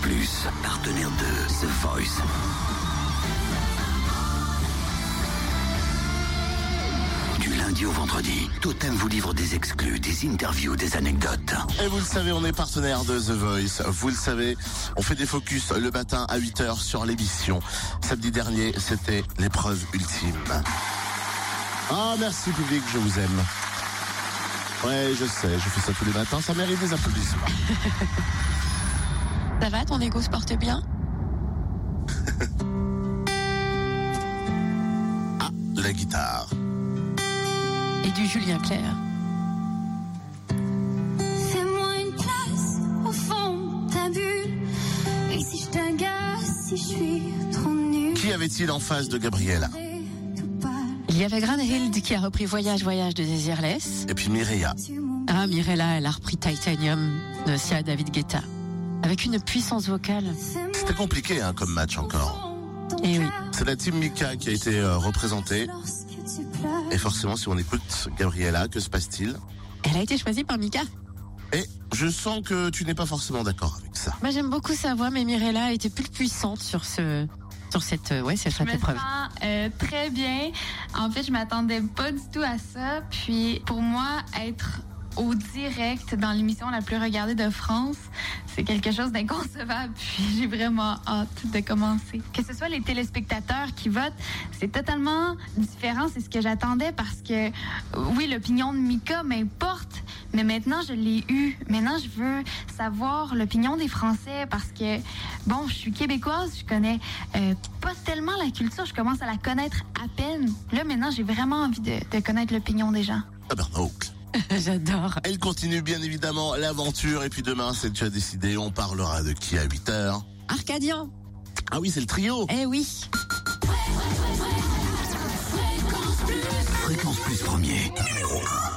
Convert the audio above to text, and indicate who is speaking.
Speaker 1: Plus, partenaire de The Voice. Du lundi au vendredi, Totem vous livre des exclus, des interviews, des anecdotes.
Speaker 2: Et vous le savez, on est partenaire de The Voice. Vous le savez, on fait des focus le matin à 8h sur l'émission. Samedi dernier, c'était l'épreuve ultime. Ah, merci public, je vous aime. Ouais, je sais, je fais ça tous les matins, ça mérite des applaudissements.
Speaker 3: Ça va, ton ego se porte bien
Speaker 2: Ah, la guitare.
Speaker 3: Et du Julien Clerc.
Speaker 4: Fais-moi une place au fond de ta bulle. Et si je t'agace, si je suis trop nulle,
Speaker 2: Qui avait-il en face de Gabriel
Speaker 4: tout pâle,
Speaker 3: Il y avait Grandhild qui a repris Voyage, Voyage de Desireless.
Speaker 2: Et puis Mireia.
Speaker 4: tu m'en
Speaker 3: Ah, Mirella, elle a repris Titanium de Sia David Guetta. Avec une puissance vocale.
Speaker 4: fais-moi
Speaker 2: C'était compliqué hein, comme match encore.
Speaker 4: fond ton
Speaker 3: Eh oui.
Speaker 4: cœur
Speaker 2: C'est la team Mika qui a été euh, représentée.
Speaker 4: lorsque tu pleures.
Speaker 2: Et forcément, si on écoute Gabriella, que se passe-t-il
Speaker 3: Elle a été choisie par Mika.
Speaker 2: Et je sens que tu n'es pas forcément d'accord avec ça.
Speaker 3: Moi, j'aime beaucoup sa voix, mais Mirella était plus puissante sur ce, sur cette, euh, ouais, cette
Speaker 5: Je me
Speaker 3: épreuve.
Speaker 5: sens euh, très bien. En fait, je m'attendais pas du tout à ça. Puis pour moi, être au direct dans l'émission la plus regardée de France, c'est quelque chose d'inconcevable. Puis j'ai vraiment hâte de commencer. Que ce soit les téléspectateurs qui votent, c'est totalement différent. C'est ce que j'attendais parce que oui, l'opinion de Mika m'importe, mais maintenant je l'ai eue. Maintenant, je veux savoir l'opinion des Français parce que bon, je suis québécoise, je connais euh, pas tellement la culture, je commence à la connaître à peine. Là, maintenant, j'ai vraiment envie de, de connaître l'opinion des gens.
Speaker 2: Tabernacle.
Speaker 3: J'adore.
Speaker 2: Elle continue bien évidemment l'aventure. Et puis demain, c'est déjà décidé. On parlera de qui à 8 heures.
Speaker 3: Arcadian.
Speaker 2: Ah oui, c'est le trio.
Speaker 3: Eh oui.
Speaker 1: Fréquence Plus premier, numéro 1.